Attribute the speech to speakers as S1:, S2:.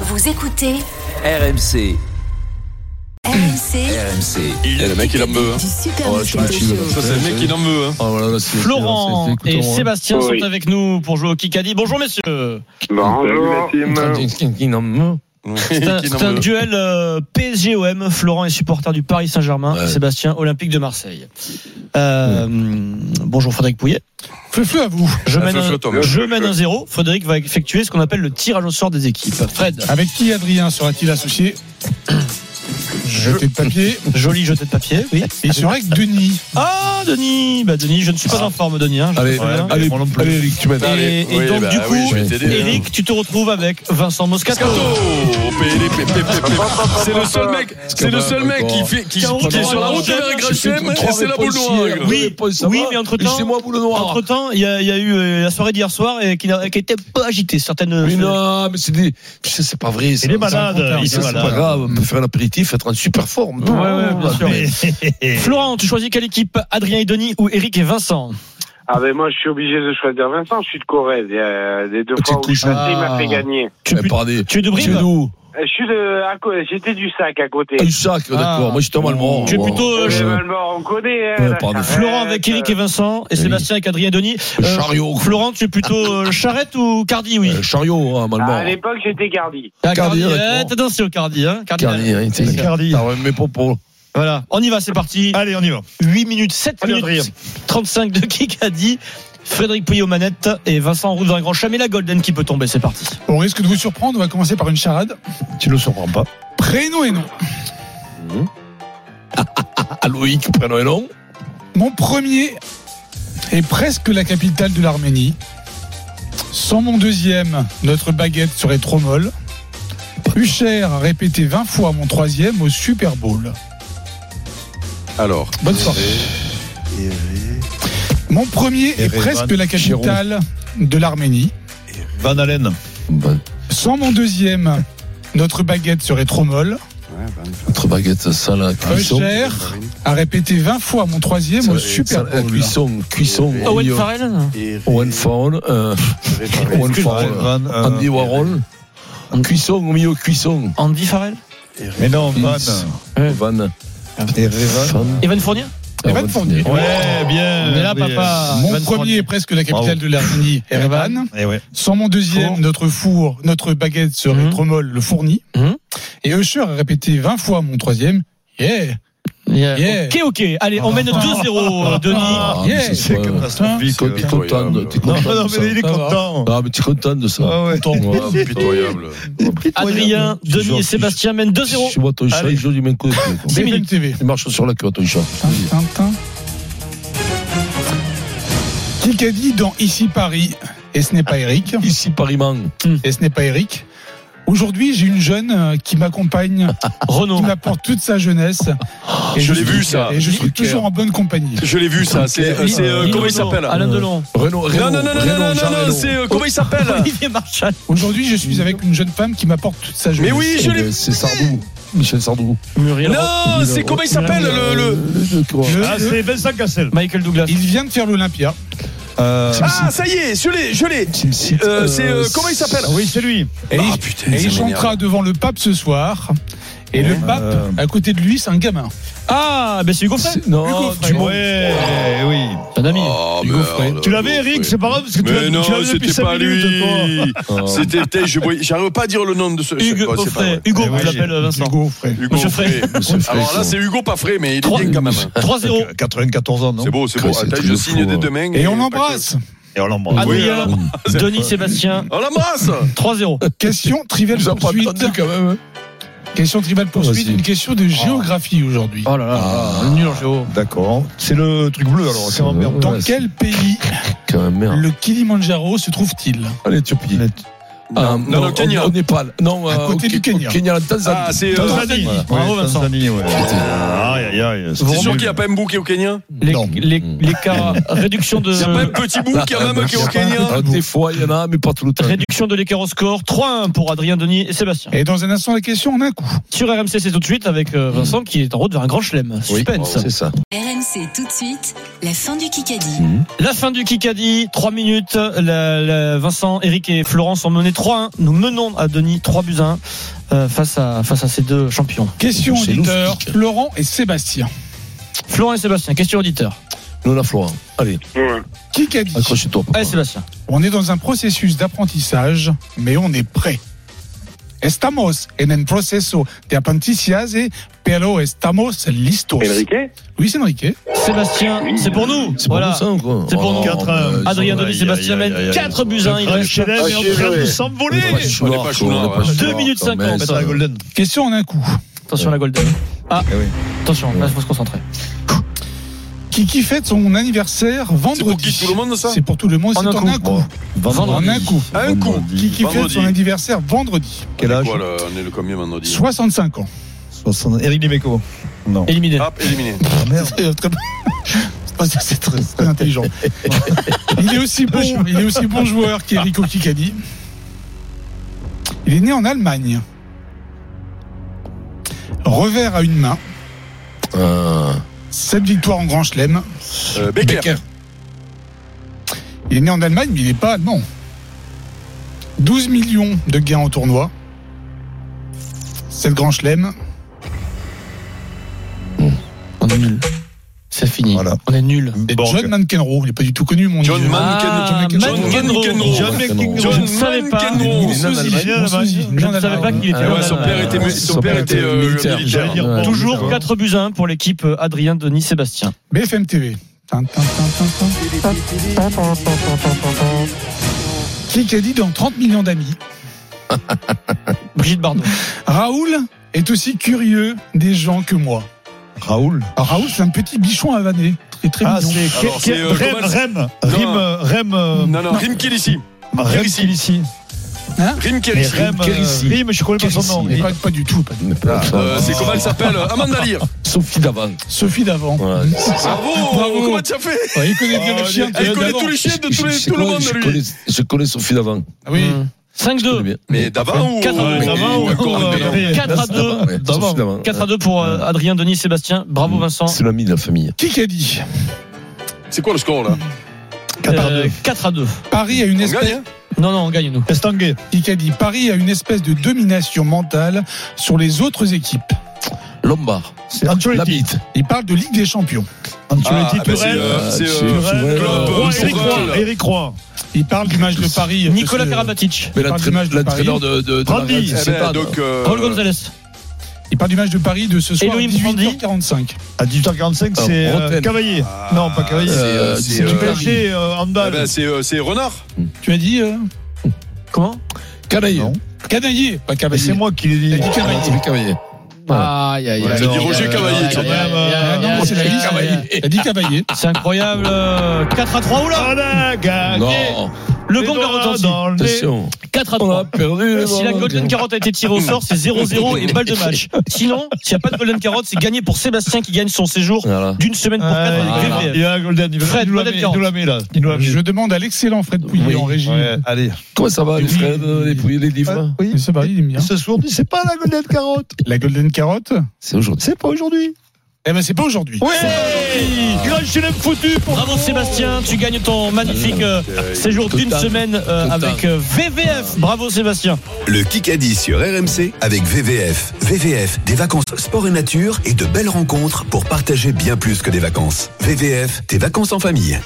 S1: Vous écoutez
S2: RMC,
S1: RMC
S2: RMC.
S3: Il
S4: Et le mec, il en veut. hein.
S1: du Super
S4: Oh,
S1: Moscato
S4: tu- tu-
S1: Show.
S4: Ça, c'est le mec, il en veut. hein.
S5: Oh,
S6: Florent et
S7: hein.
S6: Sébastien
S3: Oui.
S6: sont avec nous pour jouer au Kikadi. Bonjour messieurs.
S3: Bonjour.
S6: C'est un,
S4: Qui n'en
S6: c'est un
S4: veut.
S6: duel euh, PSG-OM. Florent est supporter du Paris Saint-Germain.
S4: Ouais.
S6: Sébastien, Olympique de Marseille. Euh, Bonjour Frédéric Pouillet.
S7: Feu à vous.
S6: Je
S4: Ah,
S6: mène,
S4: feu,
S6: un,
S4: feu, toi, mais-
S6: je mène un zéro. Frédéric va effectuer ce qu'on appelle le tirage au sort des équipes. Fred,
S7: Avec qui Adrien sera-t-il associé Jeté de papier.
S6: joli jeté de papier. Oui.
S7: Il sera avec Denis.
S6: Ah Denis, bah Denis, je ne suis pas en forme Denis. hein, je
S7: Ah. Allez,
S6: te préviens.
S7: allez,
S6: Moi non plus.
S7: allez, Eric, tu m'aides.
S6: Et,
S4: Allez,
S6: et
S4: oui,
S6: donc
S4: bah
S6: du
S4: oui,
S6: coup,
S4: je vais t'aider, hein.
S6: Eric, tu te retrouves avec Vincent Moscato.
S4: Scato Oh, PLP, PPP. C'est le seul mec, c'est le seul mec qui fait, qui,
S6: Scato,
S4: qui est sur la route
S6: Scato,
S4: vers Grachem et c'est la boule noire. hein,
S6: Oui, oui, mais entre-temps-
S5: boule noire.
S6: Entre temps, il y, a- il y a eu euh, la soirée d'hier soir et qui, n'a- qui était pas agitée. Certaines. euh,
S5: Mais non, mais c'est des. C'est c'est pas vrai. ça.
S6: Il est malade,
S5: Ça,
S6: il est
S5: C'est pas
S6: malade.
S5: grave. On peut faire un apéritif, être en super forme.
S6: Ouais, ouais, bien sûr.
S5: Ah, Mais-
S6: Florent, tu choisis quelle équipe Adrien et Denis ou Eric et Vincent
S3: Ah ben moi je suis obligé de choisir Vincent, je suis de Corrèze. et, euh, les deux
S5: Petite
S3: fois où je
S5: touche.
S3: suis passé, il
S5: Ah.
S3: m'a fait gagner.
S6: tu, es
S5: mais
S6: plus-
S5: par des-
S6: tu es
S5: Tu
S6: de
S5: es
S6: Brive
S5: d'où
S3: Euh, Je suis de, à côté, j'étais du sac à côté.
S5: Ah, du sac, d'accord. Moi, j'étais en Malmont.
S6: Tu es
S5: Ouais.
S6: plutôt euh,
S3: Les
S5: je-
S3: Malmort, on connaît. Hein,
S5: Ouais,
S3: la Euh,
S5: pardon.
S3: charrette,
S6: Florent avec Eric et Vincent et
S5: Oui.
S6: Sébastien avec Adrien et Denis.
S5: Le
S6: Euh,
S5: Chariot.
S6: Florent, tu es plutôt euh, charrette ou cardi, oui
S5: Euh, Chariot, hein, Malmont.
S3: Ah, à l'époque j'étais Gardi.
S6: Ah,
S5: Cardi,
S6: Cardi,
S5: directement.
S6: eh, T'as dansé au cardi, hein Cardi,
S5: Cardi, hein,
S6: c'est
S5: c'est-
S6: Cardi.
S5: Ah ouais, mes propos.
S6: Voilà, on y va, c'est parti. Allez, on y va. 8 minutes, 7
S7: Allez, Adrien.
S6: minutes 35 de Kikadi. Frédéric Pouillet aux manettes et Vincent en route vers un grand chat. Mais la Golden qui peut tomber, c'est parti.
S7: Au risque de vous surprendre, on va commencer par une charade.
S5: Tu le surprends pas.
S7: Prénom et nom.
S5: Mmh. Ah, Loïc, prénom et nom.
S7: Mon premier est presque la capitale de l'Arménie. Sans mon deuxième, notre baguette serait trop molle. Hucher a répété 20 fois mon troisième au Super Bowl.
S4: Alors.
S7: Bonne soirée. Mon premier est
S5: Erevan,
S7: presque la capitale de l'Arménie.
S5: Van Allen. Bon,
S7: Sans mon deuxième, notre baguette serait trop molle.
S5: notre baguette, ça, la cuisson.
S7: Eucher a répété 20 fois mon troisième au
S5: Ça,
S7: Super Ah
S5: ça, la
S7: Bowl.
S5: Cuisson, cuisson.
S6: Owen
S5: Owen
S6: Farrell
S5: Farrell. euh, Owen Farrell.
S7: Euh,
S5: Andy Warhol. Cuisson, au milieu, cuisson. Oh,
S6: Andy Farrell
S5: Mais non, Van. Van. Van.
S6: Evan Fournier
S5: Ah,
S7: Evan Fournier.
S6: Ouais, bien. Mais là, papa.
S7: Mon
S6: Evan
S7: premier est
S6: Fournier.
S7: presque la capitale de l'Arménie, Erevan. Sans mon deuxième,
S6: Four.
S7: notre four, notre baguette serait
S6: Mhm.
S7: trop molle, le fourni.
S6: Mhm.
S7: Et Usher a répété 20 fois mon troisième. Yeah!
S6: Yeah.
S7: Yeah.
S6: Ok, ok. Allez,
S4: Ah,
S6: on
S4: bah.
S6: mène 2-0, euh, Denis.
S5: Ah, mais
S7: Yeah.
S5: c'est pas- T'es
S7: catastrophique.
S5: content de t'es content de ça.
S7: est content.
S5: Ah, mais t'es content de ça. Content, ouais.
S4: Pitoyable.
S6: Adrien,
S5: Je
S6: Denis
S5: suis-
S6: et Sébastien mènent 2-0.
S5: Chez moi, ton chat,
S6: Allez.
S5: il joue du même côté. quoi.
S6: Dix
S7: BFM
S6: minutes.
S7: TV.
S5: Il marche sur la queue, ton chat.
S7: Tintin. Qui qu'a dit dans Ici Paris Et ce n'est pas Eric.
S5: Ici, Paris-Man.
S7: Et ce n'est pas Eric. Aujourd'hui, j'ai une jeune euh, qui m'accompagne, qui
S6: Renault.
S7: m'apporte toute sa jeunesse. Et
S4: Je l'ai
S7: suis-
S4: vu, ça.
S7: Et je suis toujours en bonne compagnie.
S4: Je l'ai vu ça. C'est, euh, c'est, euh,
S6: Lino
S4: comment il
S6: Renault,
S4: s'appelle
S6: Alain Delon.
S5: Renaud,
S4: Non,
S5: Renaud,
S4: non, non, non,
S5: Renaud,
S4: non,
S5: Jean
S4: non, non,
S5: Renaud.
S4: c'est euh, comment il s'appelle
S6: Olivier Marchal.
S7: Aujourd'hui, je suis avec une jeune femme qui m'apporte toute sa jeunesse.
S4: Mais oui, je l'ai.
S5: C'est Sardou. Michel Sardou.
S6: Muriel.
S4: Non, c'est comment il s'appelle le. le-
S5: le.
S7: Le-
S5: Ah,
S6: Ah, c'est Vincent Cassel. Michael Douglas.
S7: Il vient de faire l'Olympia.
S8: Euh,
S4: Ah, ça y est, je l'ai, je l'ai. Euh, c'est euh, comment il s'appelle
S6: Oui, c'est lui.
S7: Et
S4: Ah,
S7: il-
S4: putain,
S7: et
S4: ça
S7: il chantera
S4: m'énerve.
S7: devant le pape ce soir. Et le pape, à côté de lui, c'est un gamin.
S6: Ah, ben c'est Hugo Frey.
S5: C'est- Non,
S7: Hugo Frey.
S5: du monde.
S8: Eh,
S6: Ouais, oui. Un ami.
S4: Oh,
S5: Hugo
S4: merde,
S5: Frey.
S4: Hugo Frey.
S6: pas grave parce que
S4: Mais non, c'était pas lui.
S5: Ah.
S4: C'était peut-être, je voyais- j'arrive pas à dire le nom de ce. je-
S6: Hugo
S4: bon, c'est pas
S6: Offray.
S4: vrai.
S6: Hugo,
S7: Eh oui.
S6: je l'appelle euh, Vincent.
S7: Hugo Frey.
S4: Hugo
S6: Monsieur
S4: Frey.
S5: Monsieur Frey,
S4: Alors là,
S5: quoi.
S4: c'est Hugo pas Frey, mais il est
S6: Trois-
S4: bien quand même.
S6: 3-0.
S8: 94 ans, non
S4: C'est beau, c'est beau.
S5: Que c'est
S4: Attends,
S5: tout
S4: je
S5: le
S4: signe
S5: fou,
S4: dès
S5: hein.
S4: demain.
S7: Et on l'embrasse.
S8: Et on l'embrasse.
S6: Adrien, Denis, Sébastien.
S4: On l'embrasse
S6: 3-0.
S7: Question triviale
S5: Ils ont pas
S7: poursuite.
S5: entendu quand même. hein.
S7: Question triviale poursuite.
S5: Vas-y.
S7: Une question de géographie aujourd'hui.
S6: Oh là là,
S5: Ah.
S6: nul Géo.
S8: D'accord. C'est le truc bleu alors, c'est emmerdant.
S7: Dans
S5: Ouais, c'est
S7: quel pays
S5: quand même merde.
S7: le Kilimandjaro se trouve-t-il
S5: En Éthiopie. Ah,
S4: Non, non, au Kenya.
S5: Au, au Népal. Non, euh,
S7: côté
S5: au,
S7: du
S5: Ke-
S7: Kenya.
S5: Au Kenya, en Tanzanie.
S4: Ah, c'est. euh,
S6: Tanzanie.
S8: Voilà.
S6: Bravo,
S8: Ouais,
S6: Vincent.
S8: Tanzanie, ouais. Aïe, aïe, aïe.
S4: C'est sûr qu'il n'y a pas un bouc qui est au Kenya
S6: Les,
S8: Non.
S6: les, les cas, réduction de,
S4: Il n'y a pas un petit bouc qui est même qui est au Kenya
S5: Ah, Des fois, il y en a, mais pas tout le temps.
S6: réduction de l'écart au score. 3-1 pour Adrien, Denis et Sébastien.
S7: Et dans un instant, la question en un coup.
S6: Sur RMC, c'est tout de suite avec euh, Vincent qui est en route vers un grand chelem.
S5: Oui, Oh,
S6: Suspense.
S5: c'est ça.
S1: RMC tout de suite, la fin du Kikadi.
S6: La fin du Kikadi, 3 minutes. La- la- Vincent, Eric et Florence ont mené 3-1. Nous menons à Denis 3 buts à 1 euh, face, à, face à ces deux champions.
S7: Question
S5: C'est
S7: auditeur,
S5: loustique.
S7: Laurent et Sébastien.
S6: Florent et Sébastien, question auditeur.
S5: Lola Florent. Allez,
S3: Ouais.
S7: Qui qu'a dit
S5: accroche-toi. papa.
S6: Allez Sébastien.
S7: On est dans un processus d'apprentissage, mais on est prêt. Estamos en un proceso de apprentizage, pero estamos listos.
S3: Enrique
S7: Oui, c'est Enrique.
S6: Sébastien, c'est pour nous.
S5: C'est pour
S6: voilà.
S5: nous ça ou quoi
S6: C'est pour nous.
S8: Quatre, euh,
S5: ben, ils
S6: Adrien
S5: sont-
S6: Denis, Sébastien
S8: aïe, aïe,
S6: mène
S8: aïe, aïe.
S6: 4 buts à 1. Il reste
S8: Crash Hélène est en train de s'envoler.
S5: On est pas
S4: On est pas
S5: chouinard, quoi, on est
S4: chouinard,
S5: pas Ah,
S4: ouais.
S5: chouinard,
S6: 2 minutes
S5: quand même,
S6: 50.
S5: ça.
S8: Mettre la golden.
S7: Question en un coup.
S6: Attention à la Golden. Ah, attention, là, il faut se concentrer.
S7: Qui fête son anniversaire vendredi
S4: C'est pour qui Tout le monde, ça
S7: C'est pour tout le monde,
S6: En
S7: c'est
S6: un
S7: en
S6: coup.
S7: un coup. En un coup.
S4: Un coup.
S7: Qui fête
S4: Vendredi.
S7: son anniversaire vendredi
S8: Quel
S4: On est
S8: âge
S4: quoi, là On est le combien vendredi
S7: 65 ans.
S8: 60. Eric Dimeco. Non.
S6: Éliminé.
S4: Hop, éliminé.
S8: Ah, merde.
S7: C'est Euh, très bon. Parce que c'est très, très intelligent. Il est, aussi bon, il est aussi bon joueur qu'Erico Kikadi. Il est né en Allemagne. Revers à une main.
S5: Euh,
S7: 7 victoires en Grand Chelem.
S4: Euh, Becker.
S7: Il est né en Allemagne, mais il n'est pas allemand. 12 millions de gains en tournoi. 7 Grand Chelem.
S6: On est nul. C'est fini.
S8: Voilà.
S6: On est nul.
S5: euh,
S7: Et
S8: Borg.
S7: John McEnroe. Il n'est pas du tout connu, mon
S4: John
S7: dieu.
S4: Man-
S6: Ah,
S7: John
S6: Matt
S4: McEnroe.
S6: Kenro.
S4: Euh, John
S5: McEnroe.
S6: Je ne
S4: John
S6: savais pas.
S4: McEnroe.
S7: Mon sosie,
S8: Allemagne,
S7: mon sosie.
S6: Je
S7: Non,
S6: ne savais
S7: Allemagne.
S6: pas qu'il était
S5: Ah ouais,
S6: en
S4: Ouais, son
S6: Allemagne.
S4: père était, mu- son père était euh,
S5: militaire.
S4: militaire.
S5: J'allais dire
S8: Ouais.
S6: Toujours 4 buts à 1 pour l'équipe euh, Adrien, Denis, Sébastien.
S7: BFM TV. Tin, tin, tin, tin, tin. Qui a dit dans 30 millions d'amis
S6: Brigitte Bardot.
S7: Raoul est aussi curieux des gens que moi.
S8: Raoul.
S7: Alors, Raoul, c'est un petit bichon à vanner. Très, très
S8: Ah,
S7: mignon.
S8: c'est.
S4: Alors, c'est, euh,
S8: Rem,
S4: Gomez.
S8: Rem.
S4: Non.
S8: Rem, euh, Rem. euh,
S4: Non, non, Rimkiel ici.
S8: Rem
S4: Kérissi.
S8: Kérissi.
S4: Rimkiel
S8: Mais
S4: ici.
S8: Rem.
S5: Kérissi.
S8: euh, Oui, mais je connais pas son nom.
S7: Mais pas, pas du tout. pas du tout.
S4: Euh, c'est comment elle s'appelle Amanda Lear.
S5: Sophie Davant.
S7: Sophie d'avant.
S5: Voilà.
S4: Bravo,
S7: Bravo.
S4: Comment tu as fait
S7: Ouais, il connaît bien
S8: Oh,
S7: les chiens.
S4: Elle
S7: euh,
S4: connaît
S7: d'avant.
S4: tous les chiens de
S5: Je-
S4: tous les-
S5: je
S4: tout le
S5: connais-
S4: monde,
S5: je
S4: lui.
S5: connais- Je connais Sophie Davant.
S7: Ah Oui.
S6: Hum.
S5: Je connais
S6: 5-2.
S5: bien.
S4: Mais d'avant ou
S6: Quatre à deux.
S4: ou
S6: D'avant ou
S4: encore
S6: encore,
S4: Dembélé
S8: euh,
S6: 4 à
S5: Sophie Davant, ouais.
S6: 2.
S5: Sophie Davant.
S6: 4 à 2 pour euh, Adrien, Denis, Sébastien. Bravo Vincent.
S5: Hmm. C'est l'ami de la famille.
S7: Qui a dit
S4: C'est quoi le score là
S8: 4 à 2.
S6: 4 Euh, à 2.
S7: Paris a une
S4: On gagne
S7: espèce.
S4: hein
S6: Non, non, on gagne nous.
S8: Estanguet.
S7: Qui a dit Paris a une espèce de domination mentale sur les autres équipes.
S5: Lombard.
S8: C'est
S5: La
S8: Ancelotti.
S5: bite.
S7: Il parle de Ligue des Champions.
S8: Ancelotti,
S4: Ah, bah, c'est,
S8: Tourelle.
S4: euh, c'est,
S5: Tourelle,
S4: euh,
S8: Tourelle,
S5: Tourelle,
S8: euh,
S4: Klopp,
S8: Roy,
S4: Tourelle.
S8: Eric Roy. Eric Roy.
S7: Il parle du match de Paris. euh,
S6: Nicolas
S7: de ce-
S6: Karabatic.
S5: Mais
S7: Je parle du
S5: l'entraîneur
S7: match de
S5: l'entraîneur de, de, de la
S8: Brandi.
S5: Real
S4: Eh ben,
S5: Sociedad.
S4: donc, euh,
S6: Paul Gonzalez.
S7: Il parle du match de Paris de ce soir à
S6: Elohim Prandi.
S7: 18h45.
S8: À 18h45,
S5: Ah,
S8: c'est euh,
S5: Roten.
S8: Cavalier.
S4: Ah,
S8: Non, pas Cavalier.
S5: c'est, euh,
S8: C'est
S5: c'est,
S8: du
S5: euh,
S8: PSG, euh,
S4: Ah
S8: handball.
S4: ben, c'est euh, c'est Renard.
S7: Tu as dit euh,
S6: Comment
S5: Canaille.
S8: Non.
S7: Canaillé, pas
S8: Ah, Mais c'est
S7: Cavalier.
S8: moi qui l'ai dit. Ah,
S7: dit
S5: Ah, c'est
S7: Cavalier.
S5: le cavalier.
S6: Aïe, aïe,
S4: J'ai dit Roger Cavalier.
S8: aïe, aïe, aïe.
S7: Ah non, c'est la
S6: aïe,
S7: liste.
S6: aïe.
S7: Il a dit Cavalier.
S6: C'est incroyable. euh, 4 à 3. Oula
S8: On a gagné.
S5: Non.
S6: Le
S8: Les
S6: gong a
S8: doigts
S6: retenti.
S8: dans le nez.
S6: 4 à
S5: On
S6: 3.
S5: a perdu.
S6: Si la Golden Carotte a été tirée au sort, c'est 0-0 et balle de match. Sinon, s'il n'y a pas de Golden Carotte, c'est gagné pour Sébastien qui gagne son séjour
S5: Voilà.
S6: d'une semaine pour 4
S8: Ah,
S6: avec
S8: il a-
S6: VVF.
S8: Il a un golden. Il
S6: Fred,
S8: il nous l'a
S6: golden
S8: mis, il
S6: quarante.
S8: nous l'a mis là.
S6: Ah,
S8: Il nous l'a mis.
S7: Je demande à l'excellent Fred Pouillet
S5: Oui.
S7: en régie.
S8: Ouais, allez.
S5: Comment ça va, les
S7: Oui.
S5: frères, euh, les pouilles, les livres
S8: Oui.
S7: Mais ce pari, il est bien.
S8: Ce soir, on dit, c'est pas la golden carotte.
S7: La Golden Carotte
S5: C'est aujourd'hui.
S8: C'est pas aujourd'hui.
S7: Eh ben, c'est pas aujourd'hui.
S8: Oui. Grand chelem foutu pour.
S6: Bravo Sébastien, tu gagnes ton magnifique euh, séjour d'une
S5: Total.
S6: semaine euh,
S5: Total.
S6: avec euh, VVF. Bravo Sébastien.
S2: Le Kikadi sur RMC avec VVF. VVF, des vacances sport et nature et de belles rencontres pour partager bien plus que des vacances. VVF, tes vacances en famille.